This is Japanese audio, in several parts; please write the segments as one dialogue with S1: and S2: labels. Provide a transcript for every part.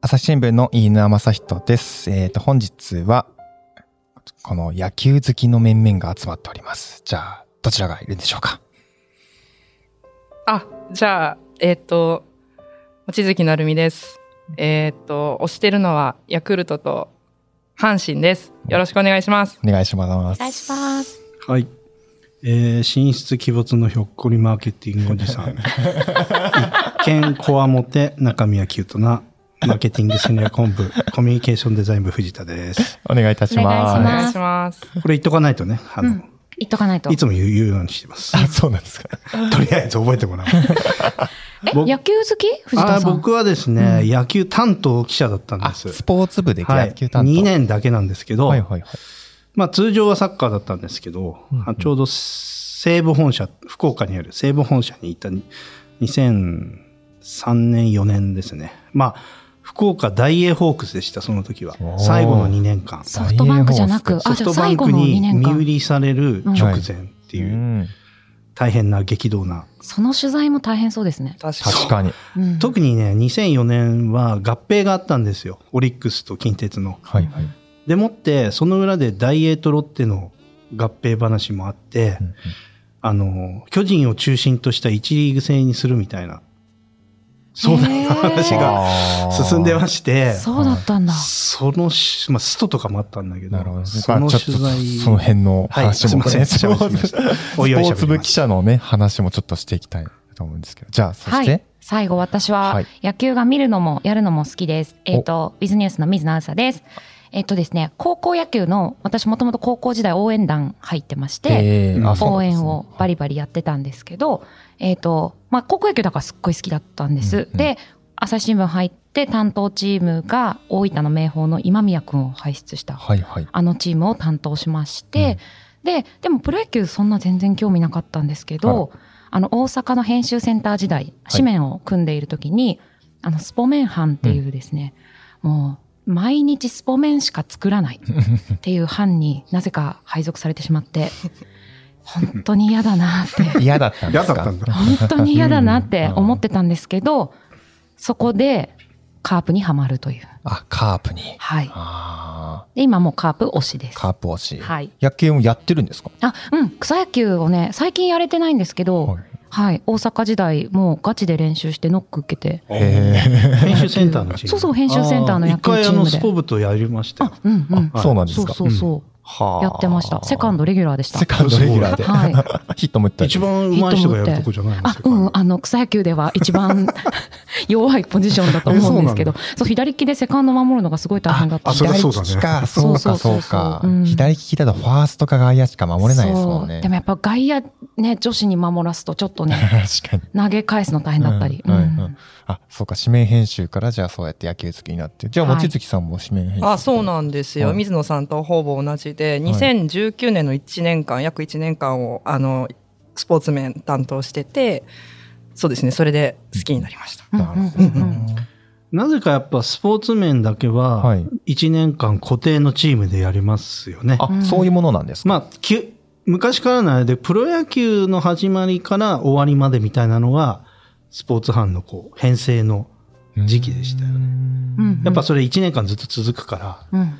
S1: 朝日新聞の飯沼正人です。えっ、と、本日は、この野球好きの面々が集まっております。じゃあ、どちらがいるんでしょうか
S2: あ、じゃあ、えっ、と、望月なるみです。えっ、と、推してるのはヤクルトと阪神です。よろしくお願いします。
S1: お願いします。
S3: お願いします。
S4: はい。えー、進出鬼没のひょっこりマーケティングおじさん。一見こわもて、中身はキュートな、マーケティング戦略本部、コミュニケーションデザイン部藤田です。
S1: お願いいたし
S3: お
S2: お
S1: ま
S3: 願
S2: 願
S3: い
S2: い
S3: し
S2: します。
S4: これ言っとかないとね、あの、
S3: 言っとかないと。
S4: いつも言う言うようにし てます
S1: す。。あ、そうなんですか。
S4: とりあえず覚えてもらう。
S3: え、
S4: 僕
S3: 野球好き藤
S4: あ
S3: 田
S4: ー
S3: さん。
S4: 僕はですね、野球担当記者だったん
S1: あ、
S4: です
S1: ス。ポーツ部で
S4: はい、
S1: 野球担当。
S4: 2年だけなんですけど、
S1: はいはいはい。
S4: まあ通常はサッカーだったんですけど、あちょうど西武本社、福岡にある西武本社にいたに2003年4年ですね。まあ福岡大英ホークスでした、その時は
S1: おー。
S4: 最後の2年間。ソ
S3: ソフトバンクじゃなく、あ、
S4: フ
S3: じゃあ
S4: トバ
S3: 最
S4: ン
S3: 後
S4: ク
S3: の2
S4: に
S3: 年
S4: 見売
S3: 間。
S4: りされる直前って
S1: う
S4: いう、
S1: ん。
S4: 大変な激動な。
S3: その取材も大変そうですね。
S2: 確か
S1: 確かに。
S3: うん
S4: 特にね、2004年は合併があったんですよ。オリックスと近鉄の。
S1: はいはい。
S4: でもって、その裏でダイエーとロッテの合併話もあって、
S1: うんうん
S4: あの、巨人を中心とした1リーグ制にするみたいな、そうな
S3: へー
S4: 話が
S1: あー
S4: 進んでまして、
S3: そうだったんだ。
S4: そのし、まあ、ストとかもあったんだけど、
S1: なるほど。
S4: そ
S1: ま
S4: の
S1: あちょ
S4: 取
S1: っと
S4: 材、
S1: その辺の話も、
S4: はいすいません
S1: スポーツ
S4: しゃべりましたおいおい
S1: スポーツ
S4: し
S1: 部
S4: ゃべりました
S1: 記者のね、話もちょっとしていきたいと思うんですけど。じゃあ、そ
S3: は
S1: して
S3: い、。最後、私は
S1: はい
S3: 野球が見るのもやるのも好きです。えっと、ウィズニュースの水野あずさです。えっとですね、高校野球の、私もともと高校時代応援団入ってまして、
S1: えーあそう
S3: 応
S1: なんですね
S3: 援をバリバリやってたんですけど、えっ、と、まあ、高校野球だからすっごい好きだったんです。
S1: うんうん
S3: で、朝日新聞入って担当チームが大分の明豊の今宮くんを輩出した、
S1: はいはい。
S3: あのチームを担当しまして、で、でもプロ野球そんな全然興味なかったんですけど、あの、大阪の編集センター時代、紙面を組んでいる時に、あの、スポメン班っていうですね、もう、毎日スポメンしか作らない。っていう班になぜか配属されてしま って、本当に嫌だなって、
S1: 嫌だったんで
S4: 嫌
S1: す
S4: だっ
S1: か
S4: たんだ。
S3: 本当に嫌だなって思ってたんですけど、そこでカープにはまるという。
S1: あ、カープに。
S3: はい。
S1: あ
S3: で、今もうカープ推しで
S1: ー
S3: す。
S1: カープ推し。
S3: はい。
S1: 野球もやってるんですか
S3: あ、うん。草野球をね、最近やれてないんですけど、はい。大阪時代、もうガチで練習してノック受けて。
S1: へ
S4: 編集センターのチーム。
S3: そうそう編集センターの野球チームで
S4: あ一回あの、スポブとやりましたよ
S3: あ。、うんうん。
S1: ーそうなんです
S3: そう
S1: か
S3: そうそう。
S1: はあ
S3: やってました。セカンドレギュラーでした。
S1: セカンドレギュラーで。
S3: はい。
S1: ヒットも打ったり
S4: 一番上手い人がやるとこじゃないんで
S3: あ
S4: す、よ。
S3: うん、あの、草野球では 一番弱いポジションだと思うんですけど、そう左利きでセカンド守るのがすごい大変だった
S4: あ
S3: ん
S4: それ
S3: で。
S4: は
S1: 左
S4: そ
S1: 利
S4: うだね
S1: きか、そうか、
S3: そ
S1: そ
S3: うそううそうそう
S1: か
S3: う。ん
S1: 左利きだとファーストか外野しか守れないですもん
S3: そ
S1: ね
S3: う。でもやっぱ外野ね、女子に守らすとちょっと ね、
S1: 確かに。
S3: 投げ返すの大変だったり。
S1: うんはい
S3: うん
S1: はいあ、そうか、紙面編集から、じゃあそうやって野球好きになって。じゃあ、望
S3: はい
S1: 月さんも紙面編集。
S2: あそうなんですよ、
S1: はい
S2: 水野さんとほぼ同じで2019年の1年間、約1年間をあのスポーツ面担当しててそうですねそれで好きになりました、
S3: うん
S1: なるほ
S3: う
S1: ど
S3: んうんうん
S1: ね。
S4: なぜかやっぱスポーツ面だけは
S1: はい、
S4: 1年間固定のチームでやりますよね。
S1: あ、そういうものなんですか
S4: まあ、き昔からなので、プロ野球の始まりから終わりまでみたいなのは、スポーツ班のこう、編成の時期でしたよね。
S3: うん
S4: やっぱそれ1年間ずっと続くから、
S3: うん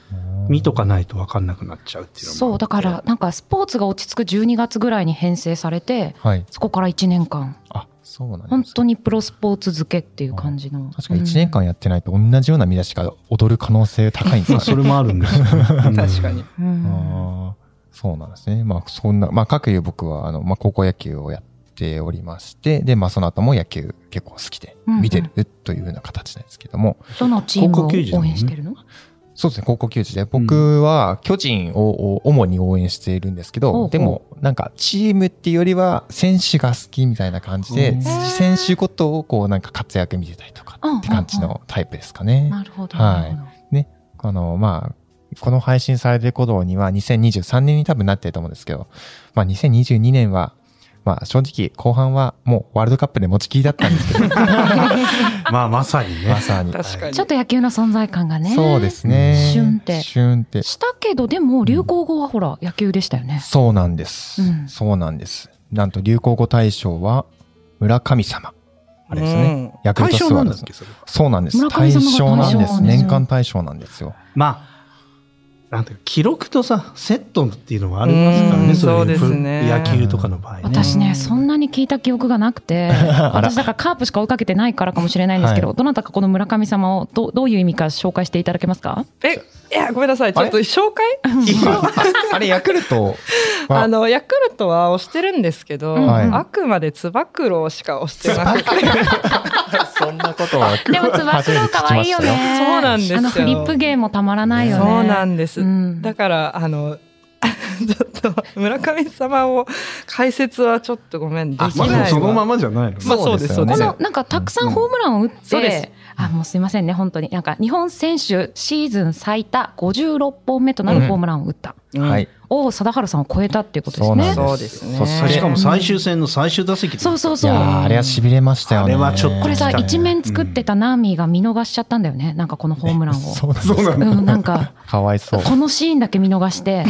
S4: 見とかないと分かんなくなっちゃうっていうのも。
S3: そう、だからなんかスポーツが落ち着く12月ぐらいに編成されて、
S1: はい。
S3: そこから1年間、
S1: あ、そうなんです
S3: 本
S1: ね
S3: 当にプロスポーツ漬けっていう感じの。
S1: 確かに1年間やってないと同じような見出しが踊る可能性高いんで
S4: まあ、
S1: す
S4: そ
S1: よ
S4: れ
S1: ね。
S4: もあるんですよね。確
S2: 確かに。
S3: うん。う
S1: あ
S3: ん
S1: ーそうなんですね。まあそんな、まあ各有僕はあの、まあ高校野球をやっておりまして、で、まあその後も野球結構好きで
S3: うんうん
S1: 見てるというような形なんですけども、
S3: どのチーム
S4: 高校球児だ
S3: を
S4: も
S3: 応
S4: んね
S3: 援してるの
S1: そうですね、高校球児で僕は巨人を主に応援しているんですけ
S3: ほう
S1: ど、
S3: ほう
S1: でもなんかチームっていうよりは選手が好きみたいな感じ
S4: う
S1: で、
S4: ん
S1: 選手ごとをこうなんか活躍見てたりとかって感じのタイプですかね。
S3: なるほど。
S1: はい
S3: なるほど
S1: この、まあ、この配信されてる頃には2023年に多分なってると思うんですけど、まあ2022年は、まあ正直後半はもうワールドカップで持ちきりだったんですけど、
S4: まあ、まさにね
S1: ま。さに。
S2: 確かに
S3: ちょっと野球の存在感がね。
S1: そうですね。
S3: 旬って
S1: 旬って。
S3: したけど、でも流行語はほら、野球でしたよね。
S1: そうなんです、
S3: うん
S1: そうなんです。なんと流行語大賞は村神様。あれですよね。ヤクル
S4: 対
S1: ト
S4: 象
S1: ス
S4: な
S1: ワ
S4: ん
S1: ロ
S4: だっ
S1: ーズ
S4: け、。それは。
S1: そうなんです。
S3: 村
S1: 対
S3: 上様が
S1: 象なんです。
S3: 対象なんですよ
S1: 年間対象なんですよ。
S4: まあ、なんていうか、記録とさ、セットっていうのもありますから
S1: う
S4: ね、
S1: ん
S4: れ
S2: そうですね
S4: 野球とかの場合ね。
S3: 私ね、そんなに聞いた記憶がな くて、私だからカープしか追いかけてないからかもしれないんですけど、
S1: は
S3: どなたかこの村上様をどどういう意味か紹介していただけますか
S2: え、いや、ごめんなさい。ち
S1: あ
S2: ょ
S1: れ
S2: っと紹介
S1: あ あれ、ヤクルトは、
S2: あの、ヤクルトは押してるんですけど、
S3: はい
S2: あくまでつば九郎しか押してなくて。
S1: そんなことは、
S3: でも、つば九郎可愛いよね。
S2: そうなんですよ
S3: あの、フリップ芸もたまらないよね。
S2: そうなんです。
S3: うん
S2: だから、あの、 ちょっと村上様を解説はちょっとごめんでき
S4: あ、まあ
S2: ない
S4: で
S2: わ。
S4: もそのままじゃないの
S2: まあそうです
S1: そうですよね
S3: この
S1: ね
S3: なんかたくさんホームランを打って、
S2: そうです
S3: あもうすいませんね本当になんか日本選手シーズン最多56本目となるホームランを打った、
S2: うん
S1: はい。
S3: を貞治さんを超えたっていうことです
S1: そうなん
S3: ね
S1: です。
S2: そうですね
S1: そして
S4: さしかも最終戦の最終打席で
S3: そうそう
S1: い
S3: そう
S1: やーあれは痺れましたよね。
S4: あれはちょっと
S3: これさ
S4: 来たね
S3: 一面作ってたナーミーが見逃しちゃったんだよねなんかこのホームランを。
S1: そうなんです
S4: そう
S1: よ
S4: な
S3: うん、なんか
S1: かわいそう。
S3: このシーンだけ見 逃して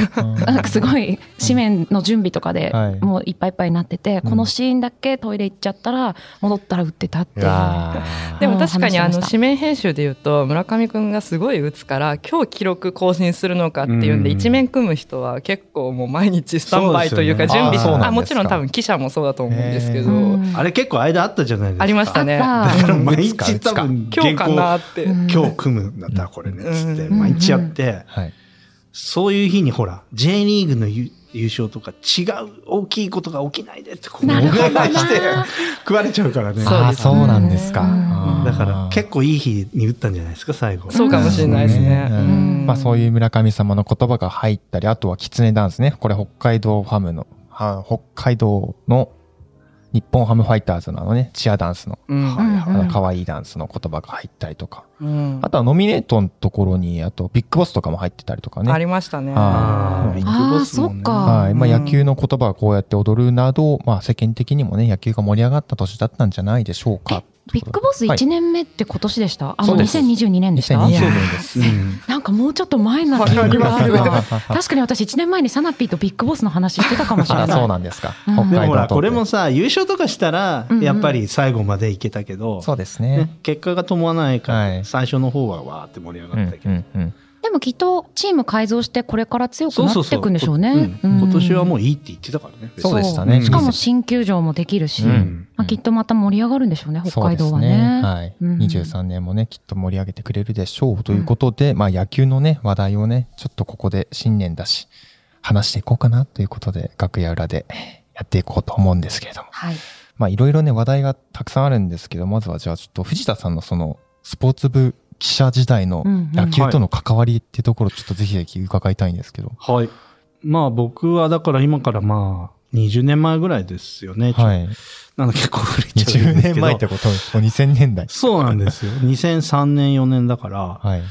S3: なんかすごい紙面の準備とかで
S1: はい
S3: もういっぱいいっぱいになってて、
S1: うん
S3: このシーンだけトイレ行っちゃったら戻ったら打ってたって
S1: う
S3: いう。
S1: わー
S2: でも確かに
S3: うん
S2: あ
S3: 話して
S2: の
S3: ました
S2: 指名編集で言うと村上君がすごい打つから今日記録更新するのかっていうんで
S4: うん
S2: 一面組む人は結構もう毎日スタンバイという
S1: そ
S2: か
S1: うです
S2: 準
S1: よね
S2: 備
S1: あそうなんですか
S2: あもちろん多分記者もそうだと思うんですけど
S3: うん
S4: あれ結構間あったじゃないですか。
S2: ありましたね
S3: あった
S4: だから毎
S1: いつかい
S4: 日
S1: つか
S4: 多 分
S2: 今日
S4: 原
S2: か
S4: 稿
S2: なって
S3: うん
S4: 今日組むんだったらこれね、
S2: うん
S4: つって、
S2: うん
S4: 毎日やって、
S1: はい。
S4: そういう日にほら、J リーグの優優勝とか違う大きいことが起きないでって、こう、
S3: なる
S4: お
S3: ほどな
S4: 願いして、食われちゃうからね。
S1: ああ、そうなんですか。
S3: うん
S4: だから
S1: 結構
S4: 結構いい日に打ったんじゃないですか、最後。
S2: そうかもしれないですね。
S1: うん
S2: うん
S1: まあそういう村上様の言葉が入ったり、あとはキツネダンスね。これ北海道ハムの、は北海道の日本ハムファイターズのあのね、チアダンスの、
S2: うん
S4: はい
S1: あ
S4: は
S3: うん
S1: の可愛いダンスの言葉が入ったりとか。
S2: うん
S1: あとはノミネートのところに、あとビッグボスとかも入ってたりとかね。
S2: ありましたね。
S1: あ
S4: ービッグ
S3: あ
S4: ボ
S3: あ
S4: スも
S3: そ
S4: ね
S3: っか、
S1: はい。まあ
S2: うん
S1: 野球の言葉がこうやって踊るなど、まあ世間的にもね、野球が盛り上がった年だったんじゃないでしょうか。
S3: ビッグボス
S1: はい
S3: 1年目って今年でした、あ
S1: そ
S3: の
S1: うです
S3: 2022年でした
S1: 2022
S2: いやー
S1: 年です。
S4: うん
S3: なんかもうちょっと前な記憶があるわ確かに私1年前にサナピーとビッグボスの話してたかもしれな
S1: あ
S3: い
S1: そうなんですか。
S3: うん
S1: 北海
S4: で
S1: 道
S4: もほら、
S1: トーク
S4: これもさ、優勝とかしたら
S3: うんう、ん
S4: やっぱり最後までいけたけど、
S1: そうです
S4: ね
S1: ね。
S4: 結果が伴わないから、
S1: はい
S4: 最初の方はわーって盛り上
S1: うん
S4: がったけど、
S1: うんうん
S3: でもきっとチーム改造してこれから強く
S4: そう
S3: な
S4: そう
S3: っ
S4: そ
S3: て
S4: う
S3: いくんでしょうね
S4: うん今年はも
S3: う
S4: ういいって言ってたからね。
S1: そうでした
S3: そ
S1: ね。
S4: う
S3: しかも新球場もできるし、
S1: うん
S3: まあ、きっとまた盛り上がるんでしょうね北海道は
S1: そうです
S3: ね
S1: はい。
S3: うん
S1: 23年もね、きっと盛り上げてくれるでしょうということで、まあ野球のね、話題をね、ちょっとここで新年だし、話していこうかなということで、楽屋裏でやっていこうと思うんですけれども。
S3: はい
S1: まあいろいろね、話題がたくさんあるんですけど、まずはじゃあちょっと藤田さんのその、スポーツ部記者時代の
S3: うんうん
S1: 野球との関わりってところ、ちょっとぜひぜひ伺いたいんですけど。
S4: はい。まあ僕はだから今からまあ20年前ぐらいですよね。。
S1: はいい。
S4: なので結構古いっちゃうん
S1: 20
S4: ですけど。
S1: 年前ってこと、もう2000年代。
S4: そうなんですよ。2003年4年だから。
S1: はい。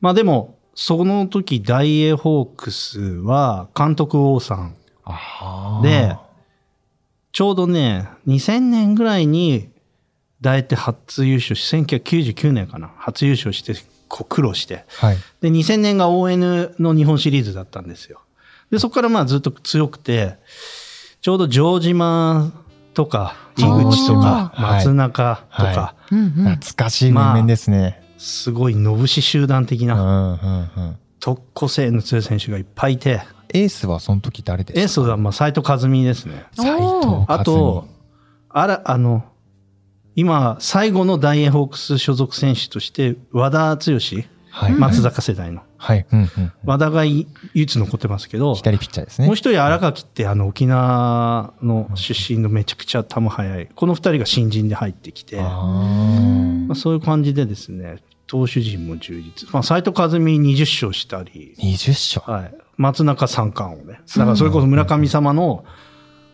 S4: まあでも、その時大英ホークスは監督王さん。
S1: あー
S4: で、ちょうどね、2000年ぐらいに大って初優勝し、1999年かな。初優勝して、こう苦労して。
S1: はい。
S4: で、2000年が ON の日本シリーズだったんですよ。で、そこからまあずっと強くて、ちょうど城島とか、井口とか、
S1: あー
S4: 松中とか、
S1: はいは
S3: うんうん
S1: 懐かしい面々ですね。
S4: すごいのぶし集団的な、
S1: うんうんうん。
S4: 特個性の強い選手がいっぱいいて、
S1: エースはその時誰ですか
S4: エースはまあ斎藤和美ですね。
S1: 斎藤
S3: おー
S1: 和美
S4: あと、あら、あの、今、最後の大英ホークス所属選手として、和田剛、
S1: はい。
S4: 松坂世代の。
S1: はい。うんうん。
S4: 和田が唯一残ってますけど、
S1: 左ピッチャーですね。
S4: もう一人荒垣ってあの沖縄の出身のめちゃくちゃ球速いこの二人が新人で入ってきてま
S1: あ
S4: あ、そういう感じでですね投手陣も充実、まあ、斉藤和美20勝したり
S1: ー、20勝。
S4: はい、松中三冠をねだからそれこそ村上様の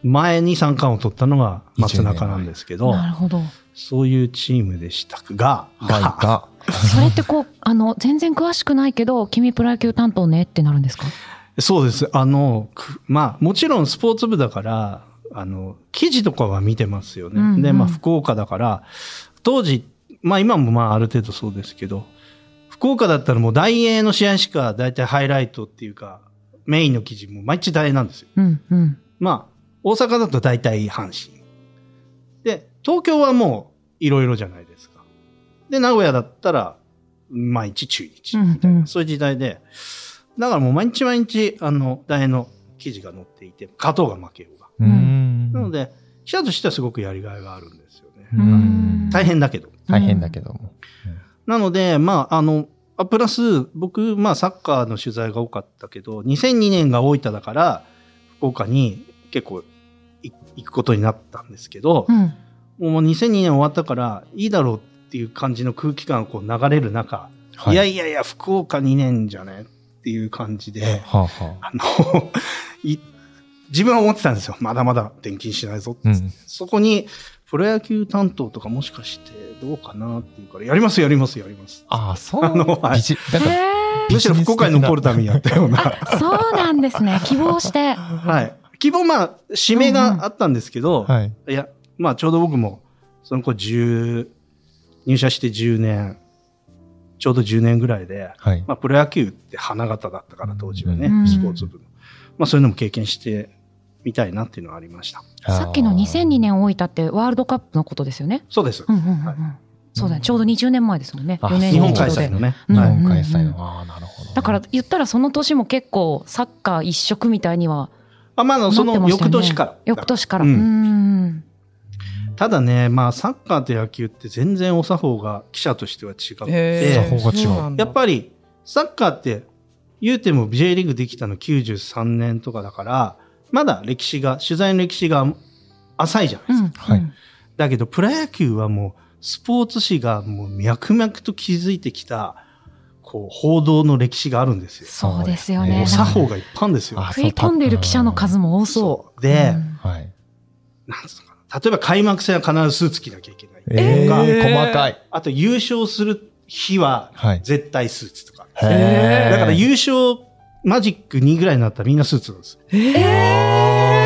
S4: 前に三冠を取ったのが松中なんですけど
S3: なるほど
S4: そういうチームでしたが、
S1: はいが、
S3: それってこうあの全然詳しくないけど君プロ野球担当ねってなるんですか
S4: そうですあのくまあもちろんスポーツ部だからあの記事とかは見てますよね、
S3: うんうん
S4: でまあ福岡だから当時まあ今もまあある程度そうですけど福岡だったらもう大英の試合しか大体ハイライトっていうかメインの記事も毎日大英なんですよ
S3: うんうん
S4: まあ大阪だと大体阪神で、東京はもういろいろじゃないですか。で、名古屋だったら、毎日中日みたいな、
S3: うんうん
S4: そういう時代で、だからもう毎日毎日、あの、大変の記事が載っていて、勝とうが負けようが。
S1: う
S3: うん
S1: ん
S4: なので、記者としてはすごくやりがいがあるんですよね。
S1: うん
S4: 大変だけど。
S1: 大変だけども。
S4: なので、まあ、あの、あプラス、僕、まあ、サッカーの取材が多かったけど、2002年が大分だから、福岡に結構い行くことになったんですけど、
S3: うん
S4: もう2002年終わったから、いいだろうっていう感じの空気感がこう流れる中、、
S1: はい
S4: やいやいや、福岡2年じゃねっていう感じで、
S1: はあはあ
S4: あの、 い自分は思ってたんですよ。まだまだ転勤しないぞって。
S1: うん
S4: そこに、プロ野球担当とかもしかしてどうかなっていうから、やりますやりますやります。
S1: ああ、そう。
S4: あの、はい
S1: ビジなんか
S3: へ
S4: むしろ福岡に残るためにやったような。
S3: ーそうなんですね。希望して。
S4: はい。希望、まあ、指名があったんですけど、
S1: はい。
S4: いや、まあ、ちょうど僕も、その子10、入社して10年、ちょうど10年ぐらいで、
S1: はい。
S4: まあ、プロ野球って花形だったから、当時はね、
S3: うん
S4: スポーツ部の。まあ、そういうのも経験してみたいなっていうのはありました。
S3: さっきの2002年大分ってワールドカップのことですよね。
S4: そうです。
S3: うんうんうんうん
S4: はい
S3: そうだね。ちょうど20年前ですもんね。
S1: あ
S3: 4年
S4: 日
S3: に
S4: 本
S3: 一
S4: 開
S3: 度
S4: 催
S3: で。
S4: のね。
S3: うん
S1: 日
S3: うん
S1: 本開催の。ああ、なるほどね。
S3: だから言ったらその年も結構サッカー一色みたいには
S4: あまああ
S3: な
S4: の、
S3: って
S4: そ
S3: ましたよ
S4: の
S3: ね。
S4: 翌年から。
S3: 翌年から。う
S4: うんん
S3: うん。
S4: ただね、まあ、サッカーと野球って全然お作法が記者としては違って、
S2: へー
S1: 作法が違う
S2: そうなんだ
S4: やっぱりサッカーって言うても J リーグできたの93年とかだからまだ歴史が取材の歴史が浅いじゃないで
S3: う
S4: す
S3: ん。
S4: か、
S1: はい
S4: だけどプロ野球はもうスポーツ紙がもう脈々と築いてきたこう報道の歴史があるんですよ。
S3: そうですよ
S1: そ
S3: ね
S1: う
S4: お。
S1: です
S4: 作法がいっぱいあるんですよ。
S1: あ
S3: 食い込んでる記者の数も多そ
S4: そう
S3: う。
S4: で、
S3: うん
S1: はい。
S4: なんつうのかな例えば開幕戦は必ずスーツ着なきゃいけない。
S1: ええ
S2: えー
S1: 細かい。
S4: あと優勝する日は
S1: はい。
S4: 絶対スーツとか。
S1: へえ
S4: だから優勝マジック2ぐらいになったらみんなスーツなんですよ
S1: あ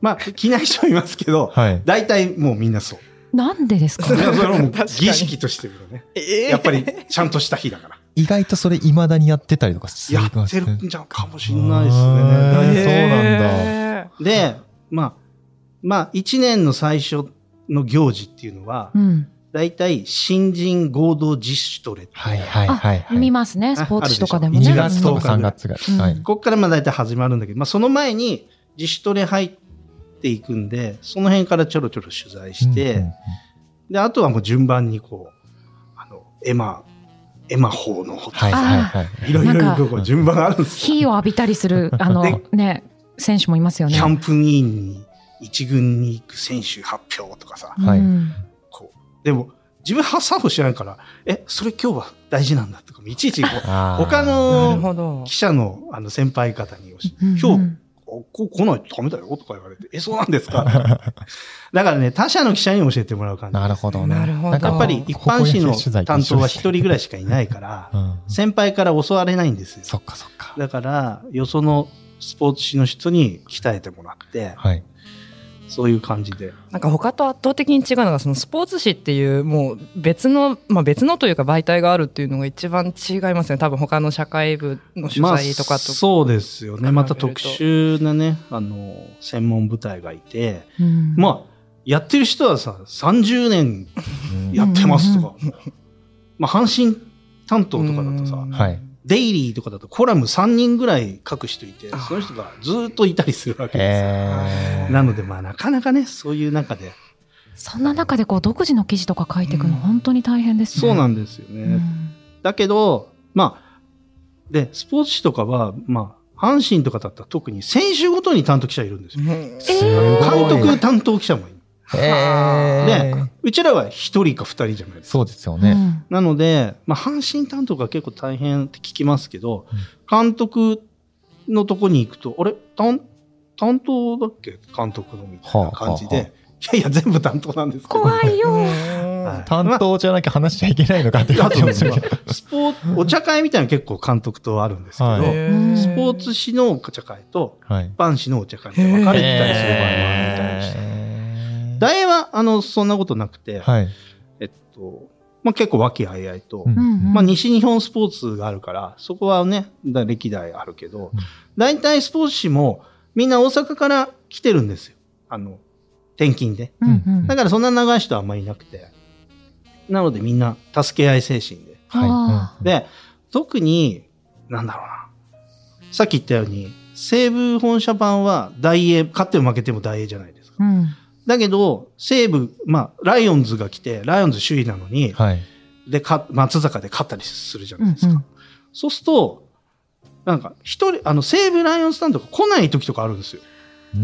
S4: まあ、着ない人はいますけど、
S1: ーはい。
S4: 大体もうみん なそう。
S3: なんでですか
S4: それはもう
S2: 確かに
S4: 儀式としてるのね。やっぱりちゃんとした日だから。
S1: 意外とそれ未だにやってたりとかする
S4: や
S1: んで
S4: っ
S1: す
S4: て
S1: ね
S4: るんじゃんかもしんないですね。
S1: へそうなんだ
S2: だ
S4: で、まあ、まあ、一年の最初の行事っていうのは
S3: う、ん。
S4: 大体新人合同実施トレって。
S1: はいはいはいはい。
S3: 見ますね。スポーツ紙とかでもね。
S1: 1
S4: ああるで
S1: 月
S4: しょ
S1: とか3月が。
S3: うん
S1: はい。
S4: ここからまあ大体始まるんだけど、まあその前に自主トレ入っていくんで、その辺からちょろちょろ取材して、
S1: うんうんうん
S4: で、あとはもう順番にこう、あの、エマ、エマ法の方と
S1: はい
S4: か、
S1: はいはい。
S4: いろい
S3: なんか
S4: ろこう順番があるんですよ。
S3: 火を浴びたりす る、あの
S4: で、
S3: ね、選手もいますよね
S4: キ。ャンプインに一軍に行く選手発表とかさ、
S1: はい
S3: うん
S4: こう。でも、自分ハッサーフ知らんから、え、それ今日は大事なんだとか、いちいちこう、
S1: あー
S4: 他
S2: なる
S4: の
S2: ほど
S4: 記者のあの先輩方に教え、
S3: うん
S4: 今
S3: う
S4: 日
S3: ん
S4: こう来ないとダメだよとか言われて、え、そうなんです かだからね、他社の記者に教えてもらう感じ。
S1: なるほどね。
S2: なるほど
S1: なんか
S4: やっぱり一般紙の担当は一人ぐらいしかいないか
S1: う
S4: ら、
S1: ん。
S4: 先輩から教われないんですよ。
S1: そっかそっか。
S4: だから、よそのスポーツ紙の人に鍛えてもらって、
S1: はい。
S4: そういう感じで。
S2: なんか他と圧倒的に違うのがそのスポーツ紙っていうもう別の、まあ、別のというか媒体があるっていうのが一番違いますね多分他の社会部の取材と
S4: ま
S2: か
S4: あ、
S2: と、
S4: そうですよ
S2: 比べ
S4: ね。
S2: ると
S4: また特殊なね、あの、専門部隊がいて、
S3: うん
S4: まあ、やってる人はさ、30年やってますとか、まあ、阪神担当とかだとさ
S2: うん、
S1: はい。
S4: デイリーとかだとコラム3人ぐらい書く人いて
S2: あ、
S4: その人がずっといたりするわけですよ。
S1: え
S4: なので、まあ、なかなかね、そういう中で。
S3: そんな中でこう独自の記事とか書いていくの
S2: うん
S3: 本当に大変ですね。
S4: そうなんんですよね。だけど、まあ、で、スポーツ紙とかは、まあ、阪神とかだったら特に選手ごとに担当記者いるんですよ。
S2: うん
S1: すご
S4: 監
S1: い。
S4: 督担当記者もいる。
S1: えー
S4: ねうちらは一人か二人じゃないですか。
S1: そうですよね。
S4: なので、まあ、阪神担当が結構大変って聞きますけど、
S1: うん
S4: 監督のとこに行くと、あれ担担当だっけ監督のみたいな感じで、
S1: はあ
S4: いやいや、全部担当なんですけど。
S3: 怖いよ。
S4: はい
S1: 担当じゃなきゃ話しちゃいけないのかっていう感
S4: あ
S1: じ
S4: と
S1: もするけど。
S4: スポーツ、お茶会みたいなの結構監督とあるんですけど、
S1: はい
S2: へー
S4: スポーツ紙のお茶会と
S1: はい。
S4: 一般紙のお茶会って分かれてたりする場合もあるみたいでした。
S1: えー
S4: 大英は、あの、そんなことなくて、
S1: はい。
S4: えっと、まあ、結構和気あいあいと、
S1: うん
S4: まあ、西日本スポーツがあるから、そこはね、だ歴代あるけ
S1: う
S4: ど
S1: ん、
S4: 大体スポーツ紙もみんな大阪から来てるんですよ。あの、転勤で。
S3: うんうん
S4: だからそんな長い人はあんまりいなくて。なのでみんな助け合い精神で。
S3: あ
S1: い。
S4: で、特に、なんだろうな。さっき言ったように、西武本社版は大英、勝っても負けても大英じゃないですか。
S3: うん
S4: だけど、西武、まあ、ライオンズが来て、ライオンズ首位なのに、
S1: はい。
S4: で、か松坂で勝ったりするじゃ
S3: う
S4: ない
S3: ん
S4: ですか。そうすると、なんか、一人、あの、西武ライオンズさんとか来ない時とかあるんですよ。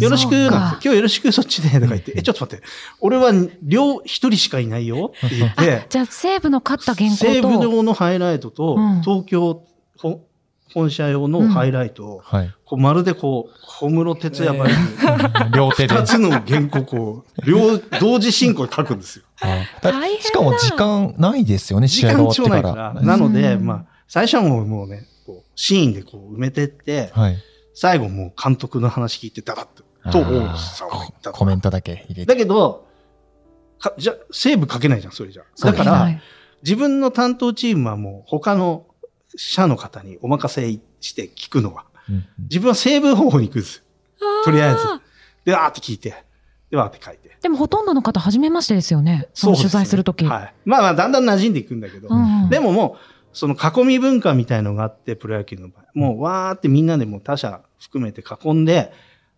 S4: よろしく、
S3: そうか
S4: なんですよ今日よろしくそっちで、とか言 って、
S1: うん
S4: え、ちょっと待って、俺は両、一人しかいないよって言っ
S3: あ
S4: て、
S3: じゃあ西武の勝った原
S4: 西
S3: 稿
S4: 武
S3: と
S4: 用のハイライトと、
S3: うん
S4: 東京ほ本社用のハイライトを、
S1: はい。
S4: こうまるでこう、小室哲也版 に、
S1: 両手で。
S4: 二つの原告を、両、同時進行で書くんです よ。
S1: あ
S3: 大変だ
S1: しかも時間ないですよね、
S4: 時
S1: 試合が
S4: 間
S1: 終わ
S4: 超な
S1: っ
S4: い
S1: て
S4: か。
S1: からら。
S4: なので、
S3: うん
S4: まあ、最初はもうもうね、こうシーンでこう埋めてって、
S1: はい。
S4: 最後もう監督の話聞いて、ダラッと、
S1: あー
S4: と、大内さんは言ったと
S1: コメントだけ入れ
S4: だ
S1: て。
S4: けど、かじゃ、セーブ書けないじゃん、それじゃ。
S1: そう
S4: だ
S1: で
S4: か
S1: すね
S4: ら、自分の担当チームはもう他の社の方にお任せして聞くの
S1: うん
S4: は。
S1: うん
S4: 自分は成分方法に行くんですよ。とりあえずで、わーって聞いて、で、わーって書いて。
S3: でもほとんどの方初めましてですよねその
S4: です
S3: 取
S4: ね
S3: 材するとき、
S4: はい。まあまあ、だんだん馴染んでいくんだけど。
S3: うんうん
S4: でももう、その囲み文化みたいのがあって、プロ野球の場合。もう、わーってみんなでもう他社含めて囲んで、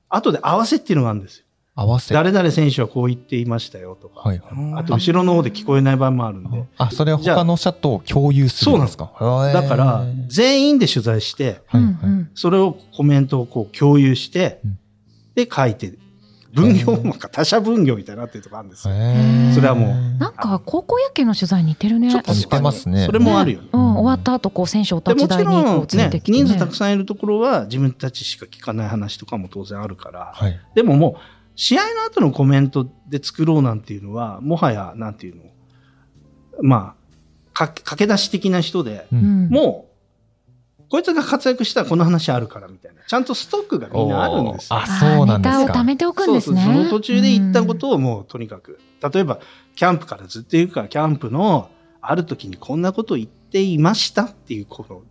S4: 後で合わせっていうのがあるんですよ。
S1: 合わせ。
S4: 誰々選手はこう言っていましたよとか。
S1: はい。
S4: あと、後ろの方で聞こえない場合もあるんで。
S1: あ、それは他の社と共有するんですかへー
S4: だから
S1: はい、
S4: 全員で取材して、
S3: う
S1: は
S3: んう
S1: い。
S3: ん
S4: それをコメントをこう共有して
S1: うん、
S4: で書いて、分業もか、他社分業みたいになってるとこあるんですよ。
S1: へー
S4: それはもう
S3: なんか高校野球の取材似てるね
S4: ちょっと
S1: 似てますね
S4: それもあるよね。
S3: うん、終わった後こう選手をお
S4: で
S3: 立
S4: も
S3: ち
S4: ち
S3: 台にこ
S4: ろ、
S3: うんつい
S4: ね
S3: て、きて、ね
S4: 人数たくさんいるところは自分たちしか聞かない話とかも当然あるから、
S1: はい。
S4: でももう、試合の後のコメントで作ろうなんていうのは、もはや、なんていうの、まあ、か駆け出し的な人で、
S1: う
S3: うんん、
S4: もう、こいつが活躍したらこの話あるからみたいな。ちゃんとストックがみんなあるんですよ
S1: おー。あ、そうなんです
S3: ネタを貯
S1: か。
S3: めておくんですね
S4: そうそうその途中で言ったことをもうとにかく、例えばキャンプからずっと言うからキャンプのある時にこんなこと言っていましたっていうこの、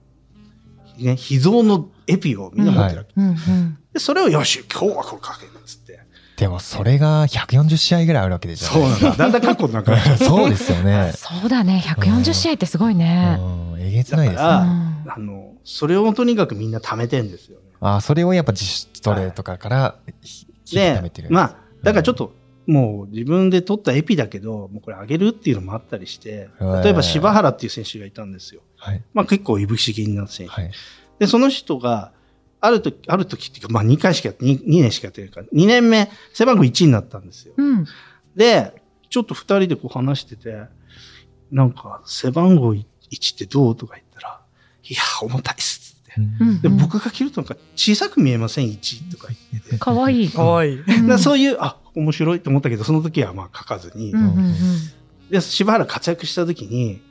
S4: ね、秘蔵のエピをみんな持ってるわけ、
S3: うんうん
S4: でそれをよし今日はこれ書けるっつって
S1: でも、それが140試合ぐらいあるわけでじゃない
S4: そうなんだだんだん過去 なんか
S1: そうですよね。
S3: そうだね140試合ってすごいね、
S1: うんえげつないですね
S4: だ
S3: う
S4: か。
S3: ん
S4: あのそれをとにかくみんな貯めてんですよね
S1: あ、それをやっぱ自主トレとかからひ引き
S4: で
S1: 溜めてる。
S4: まあだからちょっと、もう自分で取ったエピだけどもうこれあげるっていうのもあったりして例えば柴原っていう選手がいたんですよ、
S1: はい。
S4: まあ、結構いぶし銀な選手
S1: はい。
S4: で、その人が、ある時、ある時っていうか、まあ2回しかやって、2, 年しかやってないから、2年目、背番号1になったんですよ。
S3: うん
S4: で、ちょっと2人でこう話してて、なんか、背番号1ってどうとか言ったら、いや、重たいっすって。
S3: うん
S4: で、僕が着るとなんか小さく見えません、1とか言ってて。
S3: かわいい、
S2: かわいい。
S3: うん
S4: だからそういう、あ、面白いと思ったけど、その時はまあ書かずに、
S3: うんうんうん
S4: で、柴原活躍した時に、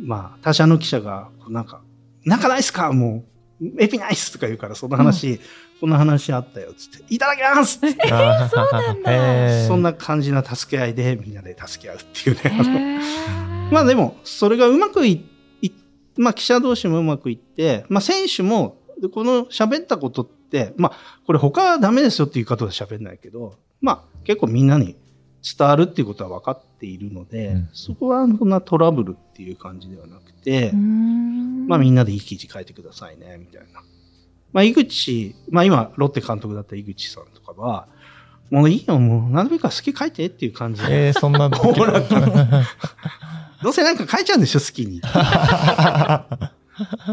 S4: まあ、他社の記者が、なんか、なんかないっすかもう、エピナイスとか言うから、その話、こんな話あったよ、つって、いただきますつって、
S1: そうなんだ
S4: そんな感じな助け合いで、みんなで助け合うっていう
S3: へ
S4: ね。あの
S3: ー
S4: まあでも、それがうまくい、いまあ記者同士もうまくいって、まあ選手も、でこの喋ったことって、まあ、これ他はダメですよっていう方で喋んないけど、まあ結構みんなに伝わるっていうことは分かっているので、
S1: うん
S4: そこはそんなトラブルっていう感じではなくて、
S3: うーん
S4: まあみんなでいい記事書いてくださいね、みたいな。まあ井口、まあ今、ロッテ監督だった井口さんとかは、もういいよ、もうなるべく好き書いてっていう感じで、
S1: えー、そんな。
S4: ほらどうせなんか書いちゃうんでしょ、好きに。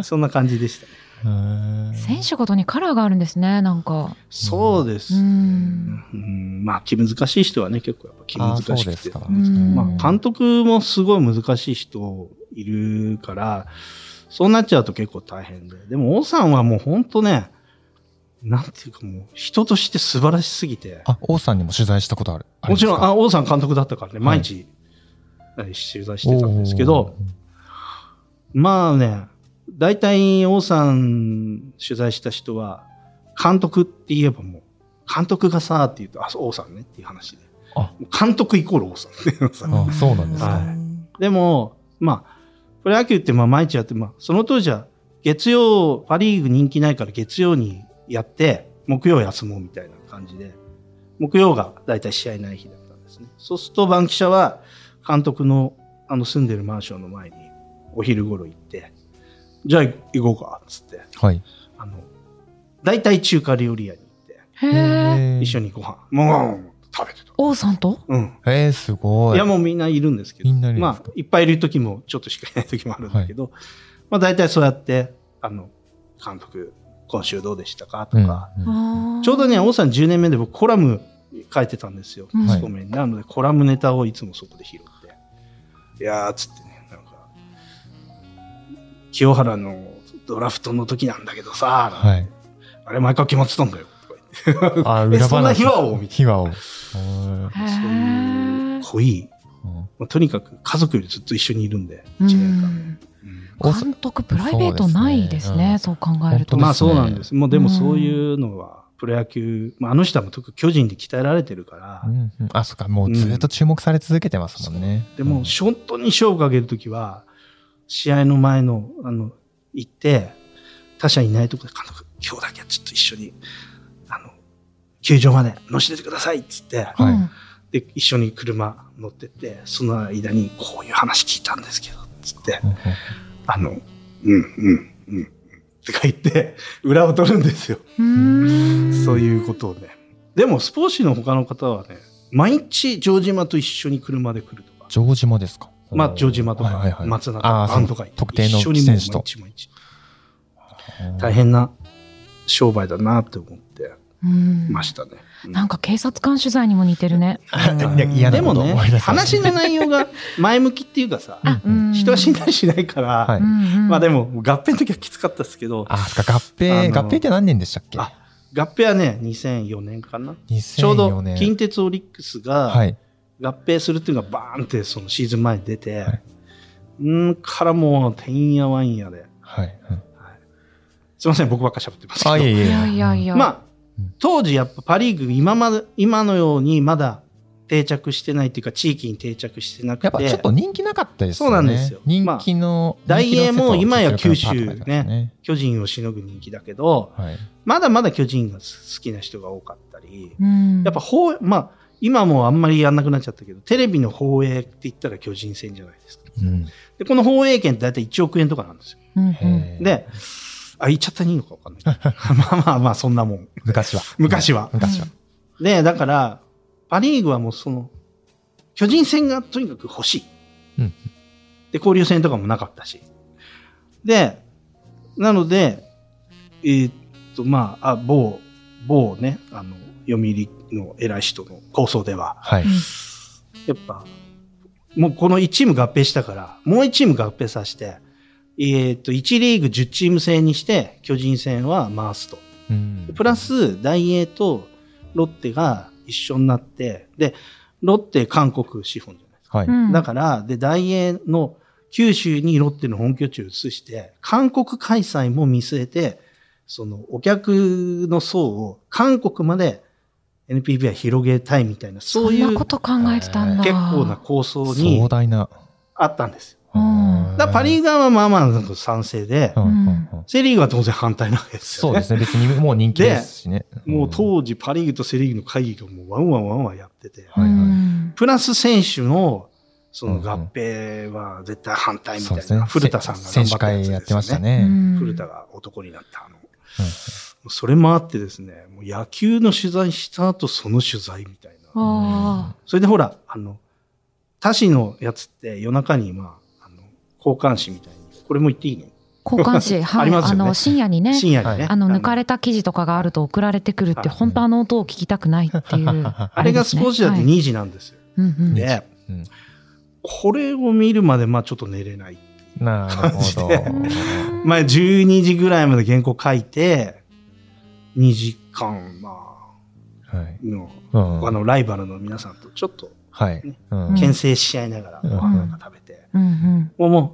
S4: そんな感じでしたね。
S3: 選手ごとにカラーがあるんですねなんか
S4: そうですね。
S3: う
S4: うんんまあ、気難しい人はね、結構やっぱ気難し
S1: あーそうで
S4: く
S1: す
S4: て
S1: か。
S3: うん
S4: まあ、監督もすごい難しい人いるから、そうなっちゃうと結構大変で。でも、王さんはもう本当ね、なんていうかもう、人として素晴らしすぎて。
S1: あ、王さんにも取材したことある。
S4: もちろん、
S1: あ
S4: あ、王さん監督だったからね、
S1: はい
S4: 毎日、取材し
S1: りま
S4: て
S1: すか
S4: たんですけど、、まあね、大体王さん取材した人は、監督って言えばもう、監督がさーって言うと、あ、そう王さんねっていう話で。
S1: あ
S4: 監督イコール王さん っていうのさ
S1: おーあ、そうなんです
S4: は
S1: か。
S4: いでも、まあ、プロ野球ってまあ毎日やって、まあ、その当時は月曜、パ・リーグ人気ないから月曜にやって、木曜休もうみたいな感じで、木曜が大体試合ない日だったんですね。そうすると、バンキシャは監督のあの住んでるマンションの前にお昼頃行って、じゃあ行こうか、つって、
S1: はい。
S4: あの、大体中華料理屋に行って、
S3: へえ。
S4: 一緒
S1: に。
S4: にご飯、もう、食べてた。
S3: 王さんと
S4: うん。
S1: えー、すごい。
S4: いやもうみんないるんですけど、
S1: みんないるんです
S4: ま
S1: か
S4: あ、いっぱいいる時もちょっとしかいない時もあるんだけど、まあ大体そうやって、あの、監督、今週どうでしたかとか、
S1: うんうん
S3: あー
S4: ちょうどね、王さん10年目で僕コラム書いてたんですよ、
S3: うん
S4: スコメンなのでコラムネタをいつもそこで拾って。いやー、つってね、なんか、清原のドラフトの時なんだけどさ、なんて
S1: はい。
S4: あれ毎回決まってたんだよ、とか
S1: あ、
S4: 言って。
S1: 裏
S4: え、
S1: 話。
S4: そんな秘話をみたい
S1: 秘話を。おー
S3: へ
S4: な。そういう濃い、
S1: うん
S4: まあ、とにかく家族よりずっと一緒にいるんで、
S3: う
S4: 1年間。
S3: ん
S4: うん
S1: おさ
S3: 監督プライベートないですねそう考えると、
S1: 本当
S4: ま
S1: で
S4: あ
S1: すね
S4: そうなんです。もうでもそういうのは、プロ野球、まあ、あの人はもう特に巨人で鍛えられてるから、
S1: うんうんあ、そっか、もうずっと注目され続けてますもんね。
S4: でも、本当に勝負かけるときは、試合の前の、あの、行って、他者いないとこで、監督、今日だけはちょっと一緒に、あの、球場まで乗せててくださいっつって、
S1: うはい
S3: うん
S4: で、一緒に車乗ってって、その間にこういう話聞いたんですけど、つって
S1: う、んうん
S4: あの、うん、うん、うん、って書いて、裏を取るんですよ。
S3: うーん
S4: そういうことをね。でも、スポーツ紙の他の方はね、毎日城島と一緒に車で来るとか、
S1: 城島ですか。
S4: まあ、城島と
S1: はいはいは
S4: か、
S1: い
S4: 松中と
S1: あー
S4: か、
S1: そう
S4: 安とか、
S1: 特定の
S4: 一緒にも
S1: 選
S4: う
S1: 手と
S4: 毎。日毎日。大変な商売だなって思って
S3: うん
S4: ましたね。うん
S3: なんか警察官取材にも似てるね
S1: うんいや嫌
S4: で
S1: な
S4: も
S1: こと
S4: ね、
S1: 思い出しました
S4: 話の内 容が前向きっていうかさ、
S1: あ
S3: うんうん
S4: 人は死んだりしないから、
S1: はい
S4: まあで
S3: も
S4: も、合併の時はきつかったですけど、
S1: あ、そっか、合
S4: あ
S1: 併、
S4: の
S1: 合併って何年でしたっけ
S4: あ合併はね、2004年かな。ちょう
S1: ?2004
S4: ど
S1: 年。
S4: 近鉄オリックスが、
S1: はい。
S4: 合併するっていうのがバーンってそのシーズン前に出て、
S1: はいう
S4: ーんからもうてんやわんやで
S1: はい。うん
S4: すいません僕ばっか喋ってますけど
S1: あ、いえい
S3: い
S1: え。
S3: やいやいや、
S4: まあ
S1: うん
S4: 当時やっぱパ・リーグ今まで今のようにまだ定着してないっていうか地域に定着してなくて
S1: やっぱちょっと人気なかったですよね。
S4: そうなんですよ
S1: 人気の。
S4: まあ
S1: 人気のセット
S4: ダイエーも今や九州
S1: 実力のパートナーですね。
S4: 巨人をしのぐ人気だけど
S1: はい。
S4: まだまだ巨人が好きな人が多かったり
S3: うん、
S4: やっぱ放まあ今もうあんまりやんなくなっちゃったけどテレビの放映って言ったら巨人戦じゃないですか
S1: うん。
S4: でこの放映権って大体1億円とかなんですよ
S3: うんうん、
S1: へー、
S4: で、あ、言っちゃったらいいのかわかんない。 まあまあまあ、そんなもん。
S1: 昔は。
S4: 昔は。
S1: 昔は。
S4: で、だから、パリーグはもうその、巨人戦がとにかく欲しい。
S1: うん
S4: で、交流戦とかもなかったし。で、なので、えーっと、まあ、あ、某、某ね、あの、読売の偉い人の構想では、
S1: はい。
S4: やっぱ、もうこの1チーム合併したから、もう1チーム合併させて、えーっと、1リーグ10チーム制にして、巨人戦は回すと。
S1: うん
S4: プラ、ス、ダイエーとロッテが一緒になって、で、ロッテ、韓国資本じゃないです
S1: はい。
S4: か。だ
S3: ら
S4: から、で、ダイエーの九州にロッテの本拠地を移して、韓国開催も見据えて、そのお客の層を韓国まで NPB は広げたいみたいな、そういう
S3: そんなこ
S4: 結
S3: と考えてたんだ
S4: 構な構想
S1: 壮
S4: に
S1: 大な。
S4: あったんですよ。
S3: うん
S4: だからパ・リーグはまあまあ賛成で
S1: う、んうんうん
S4: セ・リーグは当然反対なわけです
S1: そ
S4: よ
S1: う
S4: ね
S1: で。すね。別にもう人気ですしね。
S4: もうん当時パ・リーグとセ・リーグの会議がもうワンワンワンワンやってて、
S1: はいはい
S3: うん
S4: プラス選手のその
S1: うんうん
S4: 合併は絶対反対み
S1: そ
S4: た
S1: う
S4: い
S1: で
S4: な、
S1: すね。
S4: 古田さんが
S1: 選
S4: 頑張
S1: 手
S4: った
S1: 会や
S4: や
S1: っ
S4: つ
S1: てま
S4: で
S1: し
S4: すよ
S1: た
S4: ね。
S1: ね。
S4: 古田が男になったあの、それもあってですね、もう野球の取材した後その取材みたいな。
S3: あ
S4: それでほら、あの、他市のやつって夜中にまあ、あの交換誌みたいに、これも言っていいの、
S3: ー交換誌は
S4: あ
S3: い
S4: り
S3: あ,、
S4: ますよね
S3: の深夜にね
S4: 深夜にね。
S1: はい
S3: あの抜かれた記事とかがあると送られてくるって
S4: はい
S3: 本当あの音を聞きたくないっていう
S4: あれがスポーツだって2時なんですよ。
S3: うんうん
S1: ね
S4: で、
S1: うん
S4: これを見るまでまあちょっと寝れない。
S1: なるほど。
S4: まあ、12時ぐらいまで原稿書いて、2時間、ま
S1: はい
S4: あ、の、
S1: うん
S4: 他のライバルの皆さんとちょっと
S1: はい。うん
S4: 牽制し合いながら
S1: う
S4: ご
S1: ん
S4: 飯なんか食べて、
S3: うんうん
S4: もうもう、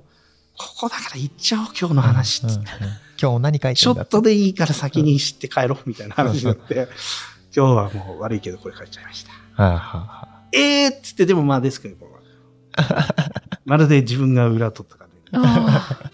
S4: ここだから行っちゃおう、今日の話っ
S1: うん
S4: つ
S1: う
S4: っ
S1: ん
S4: て、
S1: 今日何書い
S4: ち
S1: て
S4: ょ
S1: んだ
S4: っとでいいから先に知って帰ろう、みたいな話になって、 今日はもう悪いけどこれ書いちゃいました。
S1: はあはあ
S4: えーっつって、でもまあですけ ど、こうまるで自分が裏取ったかで、
S3: あ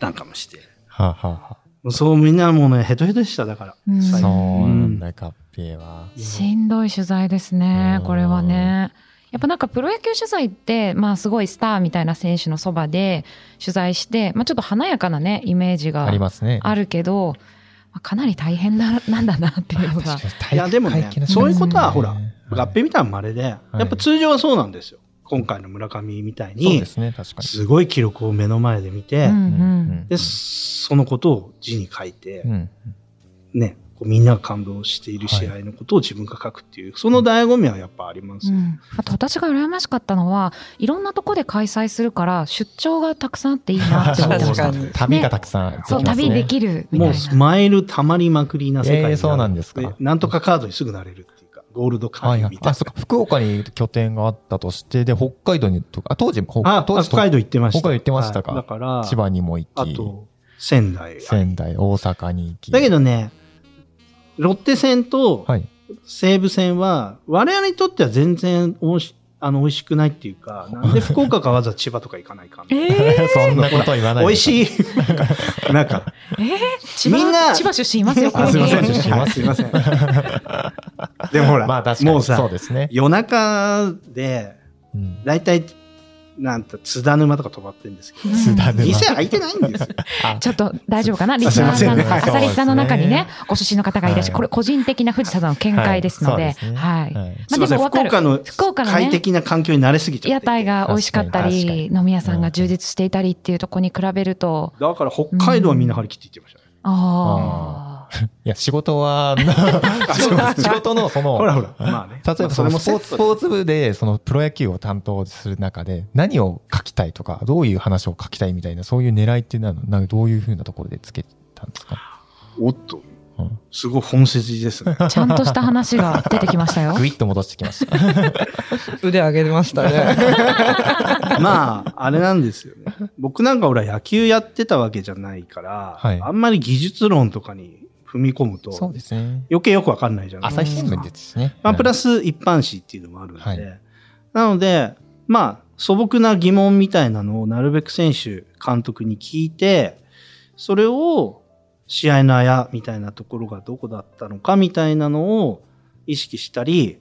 S3: ー
S4: なんかもして。
S1: はあはあはあ
S4: もうそうみんなもうね、ヘトヘトでした、だから。
S3: うん
S1: そうなんだ、合系は。
S3: しんどい取材ですね
S1: う、ん
S3: これはね。やっぱなんかプロ野球取材って、まあすごいスターみたいな選手のそばで取材して、まあちょっと華やかなね、イメージが
S1: ありますね。
S3: あるけど、まあかなり大変な、なんだなっていうのが。
S1: い
S4: いやでもねそういうことはほら合併
S1: そ
S4: みたいなまれで、やっぱ通常はそうなんですよ今回の村上みたいうに
S1: ですね、確かに。
S4: すごい記録を目の前で見て、
S1: う
S3: うんうん。
S4: でそのことを字に書いて、
S1: んうん
S4: ねこうみんなが感動している試合のことを自分が書くっていう、その醍醐味はやっぱあります
S3: う
S4: よ、
S3: ん、あと私が羨ましかったのは、いろんなとこで開催するから、出張がたくさんあっていいなって 思ってま
S2: 確
S3: した
S2: か。に。
S1: 旅がたくさんできますね。
S3: そう、旅できるみたいな
S4: もう。スマイルたまりまくりな世界になる
S1: えーそうなんですか
S4: なんとかカードにすぐなれるっていうかゴールドカ
S1: は
S4: ー
S1: い
S4: ド
S1: は
S4: み
S1: い。
S4: たい
S1: あ、
S4: な
S1: そっか。福岡に拠点があったとして、で、北海道にとか、あ当時、北
S4: あ
S1: 当時
S4: 北海道行ってました
S1: 北海道行ってましたか
S4: はいだから
S1: 千葉にも行
S4: あ
S1: き、
S4: と仙台
S1: 仙台、大阪に行き。
S4: だけどねロッテ戦と
S1: はい。
S4: 西武戦は我々にとっては全然おもしあの美味しくないっていうかなんで福岡かわざわざ千葉とか行かないかみたいな
S1: そんなこと言わ ない
S4: 美
S1: で
S4: 味
S1: ください
S4: しいなんか
S3: 千葉
S4: みんな
S3: 千葉出身いますよ、ここに
S4: あすいません
S1: 出身います
S4: すいません でもほら、
S1: まあ確かに
S4: もうさ
S1: そうですね。
S4: 夜中で
S1: うん
S4: 大体なんて津田沼とか泊まってるんですけど
S1: 津田沼
S4: 店開いてないんですよ
S3: ちょっと大丈夫かなリスナー
S4: すい
S3: さんの、
S4: ませんねはい
S3: 浅利さんの中に
S1: そう
S3: ね
S1: で、
S3: ご出身の方がいらっしゃ
S1: は
S3: る、
S1: い
S3: これ個人的な藤田さんの見解ですの
S1: は
S3: で
S1: いそう、ね
S3: はい。
S1: はい
S3: まあ
S4: すいませ
S3: で
S4: ん
S3: も
S4: 福
S3: 分
S4: 岡
S3: かる
S4: の
S3: 福岡のね
S4: 快適な環境に慣れすぎちゃ
S3: 屋
S4: って
S3: 台が美味しかった
S1: 確かに
S3: り、飲み屋さん
S1: う
S3: が
S1: ん
S3: 充実していたりっていうところに比べると、
S4: だから北海道はみんな張り切って行ってましたね、
S3: ああ。
S1: いや、仕事 は、仕事のその、
S4: ほらほらまあね
S1: 例えばそ
S4: れ
S1: の
S4: も
S1: スポーツスポーツ部でそのプロ野球を担当する中で何を書きたいとかどういう話を書きたいみたいなそういう狙いっていうのはなどういうふうなところでつけたんですか、
S4: おっと
S1: うん、
S4: すごい本筋です ね
S3: ちゃんとした話が出てきましたよ。
S1: ぐいっと戻してきました。
S2: 腕上げてましたね。
S4: まああれなんですよね僕なんかほら野球やってたわけじゃないから、
S1: はい
S4: あんまり技術論とかに踏み込むと
S1: そうですね。
S4: 余計よくわかんないじゃない
S1: 朝日新聞
S4: で
S1: です
S4: か
S1: すね。
S4: まあ、プラ
S1: ス、
S4: ス一般紙っていうのもあるんで、
S1: はい
S4: なのでまあ素朴な疑問みたいなのをなるべく選手監督に聞いてそれを試合のあやみたいなところがどこだったのかみたいなのを意識したり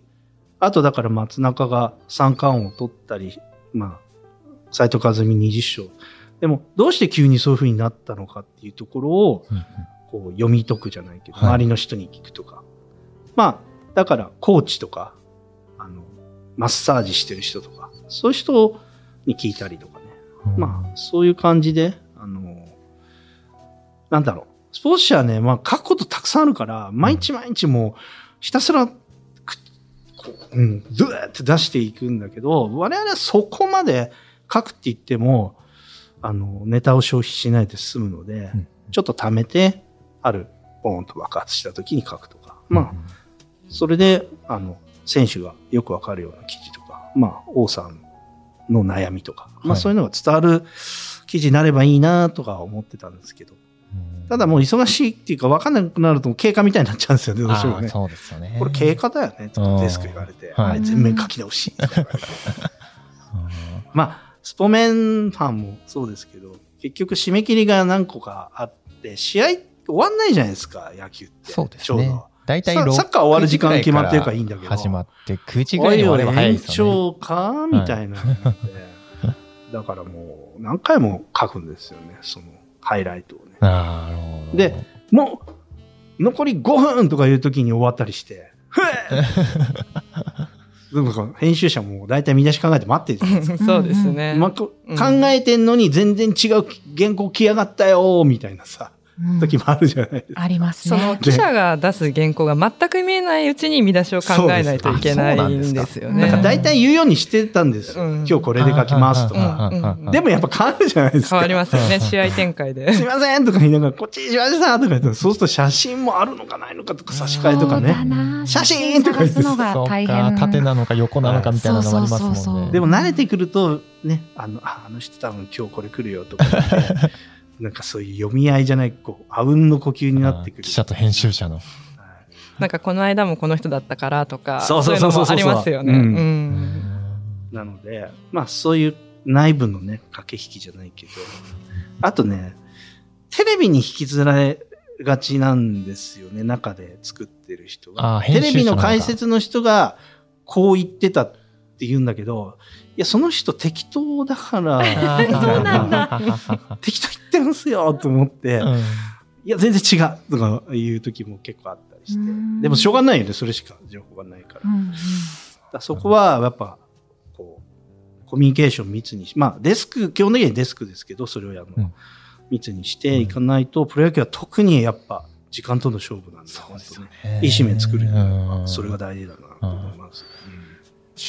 S4: あとだから松中が三冠王を取ったりまあ斎藤和美20勝でもどうして急にそういうふうになったのかっていうところを
S1: うんうん
S4: こう読み解くじゃないけど、
S1: はい
S4: 周りの人に聞くとかまあだからコーチとかあのマッサージしてる人とかそういう人に聞いたりとかね、まあそういう感じであのなんだろうスポーツ紙はね、まあ、書くことたくさんあるから毎日毎日もうひたすらくこう、うん、ドゥーって出していくんだけど我々はそこまで書くって言ってもあのネタを消費しないで済むので。
S1: うん
S4: ちょっと貯めて、ある、ポーンと爆発した時に書くとか、まあ、
S1: あ、
S4: それで、あの、選手がよくわかるような記事とか、まあ、王さんの悩みとか、ま
S1: は
S4: あ、
S1: い
S4: そういうのが伝わる記事になればいいなとか思ってたんですけど、
S1: うん
S4: ただもう忙しいっていうか、わかんなくなると、経過みたいになっちゃうんですよね、どうしても
S1: あー
S4: ね。
S1: そうですよね。
S4: これ経過だよね、と
S1: うん
S4: かデスク言われて、
S1: はい
S4: あれ全面書き直しとか言われて。
S1: うん
S4: まあ、スポメンファンもそうですけど、結局締め切りが何個かあって、試合終わんないじゃないですか、野球って。
S1: そうです
S4: ちょう
S1: ね
S4: ど。。
S1: 大体
S4: サ
S1: 6
S4: サッカー終わる時間決まってるからいいんだけど
S1: 始まって9時ぐらいに終われば早い
S4: 延
S1: ですよね。
S4: 長かみたいなのって、 だからもう何回も書くんですよね、そのハイライトをね。
S1: なるほど。
S4: でもう、残り5分とかいう時に終わったりして、ふえでもこう編集者も大体見出し考えて待ってるじゃないです か
S2: そうですね。
S4: まあこ
S2: うん
S4: 考えてんのに全然違う原稿来やがったよーみたいなさ、
S3: うん
S4: 時もあるじゃないですか。
S3: あります
S2: その
S3: ね。
S2: 記者が出す原稿が全く見えないうちに見出しを考えないといけないんですよ
S3: うん
S4: だ
S2: ね。
S4: から大体言うようにしてたんですよ。
S2: うん
S4: 今日これで書きますとか。
S1: うんうんうんうん
S4: でもやっぱ変わるじゃないで
S2: 変
S4: すか。
S2: わりますよね、試合展開で。
S4: すいませんとか言いながら、こっちにしましたとか言ったら、そうすると写真もあるのかないのかとか差し替えと
S3: そ
S4: か
S3: うだ
S4: ね。
S3: な
S4: 写真とか
S3: 探すのが
S1: そうか
S3: 大変。
S1: 縦なのか横なのかみたいなのもあり
S3: そう
S1: ま
S3: そう
S1: す
S3: そう
S1: もん
S3: そ
S1: ね。
S3: う
S4: でも慣れてくると、ね、あの、ああの人多分今日これ来る よとか言って。なんかそういう読み合いじゃない、こう、あうんの呼吸になってくる。
S1: 記者と編集者の。
S4: はい
S2: なんかこの間もこの人だったからとか、
S4: そう
S2: そ
S4: そうう
S2: いうの
S4: そうそう
S2: もありますよね。
S4: う
S2: うんん
S4: なので、まあそういう内部のね、駆け引きじゃないけど、あとね、テレビに引きずられがちなんですよね、中で作ってる人
S1: あー。
S4: が
S1: 編集
S4: テ
S1: 者
S4: レビの解説の人がこう言ってたって言うんだけど、いや、その人適当 だから、
S3: そうなんだ
S4: 適当言ってますよと思って、
S1: うん
S4: いや、全然違うとかいう時も結構あったりして
S3: うん。
S4: でもしょうがないよね、それしか情報がないから。
S3: うんうん
S4: だからそこはやっぱこうコミュニケーション密にしまあデスク基本的にはデスクですけどそれをやるの、
S1: うん
S4: 密にしていかないとプロ野球は特にやっぱ時間との勝負なんで
S1: そうですよね
S4: いい紙面作るには
S1: うん
S4: それが大事だなと思います、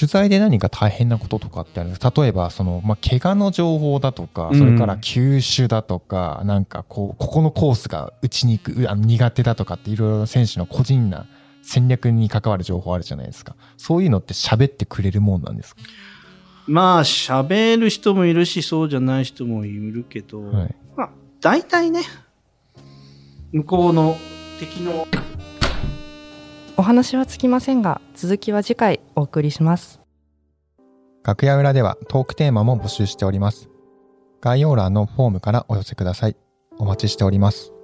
S1: 取材で何か大変なこととかってある例えばその、まあ、怪我の情報だとか
S4: うん
S1: それから球種だとか、なんかこうここのコースが打ちにくいあの苦手だとかっていろいろ選手の個人な戦略に関わる情報あるじゃないですかそういうのって喋ってくれるもんなんですか、
S4: まあ喋る人もいるしそうじゃない人もいるけど、
S1: はい
S4: まあ大体ね向こうの敵の
S2: お話はつきませんが続きは次回お送りします
S1: 楽屋裏ではトークテーマも募集しております。概要欄のフォームからお寄せください。お待ちしております。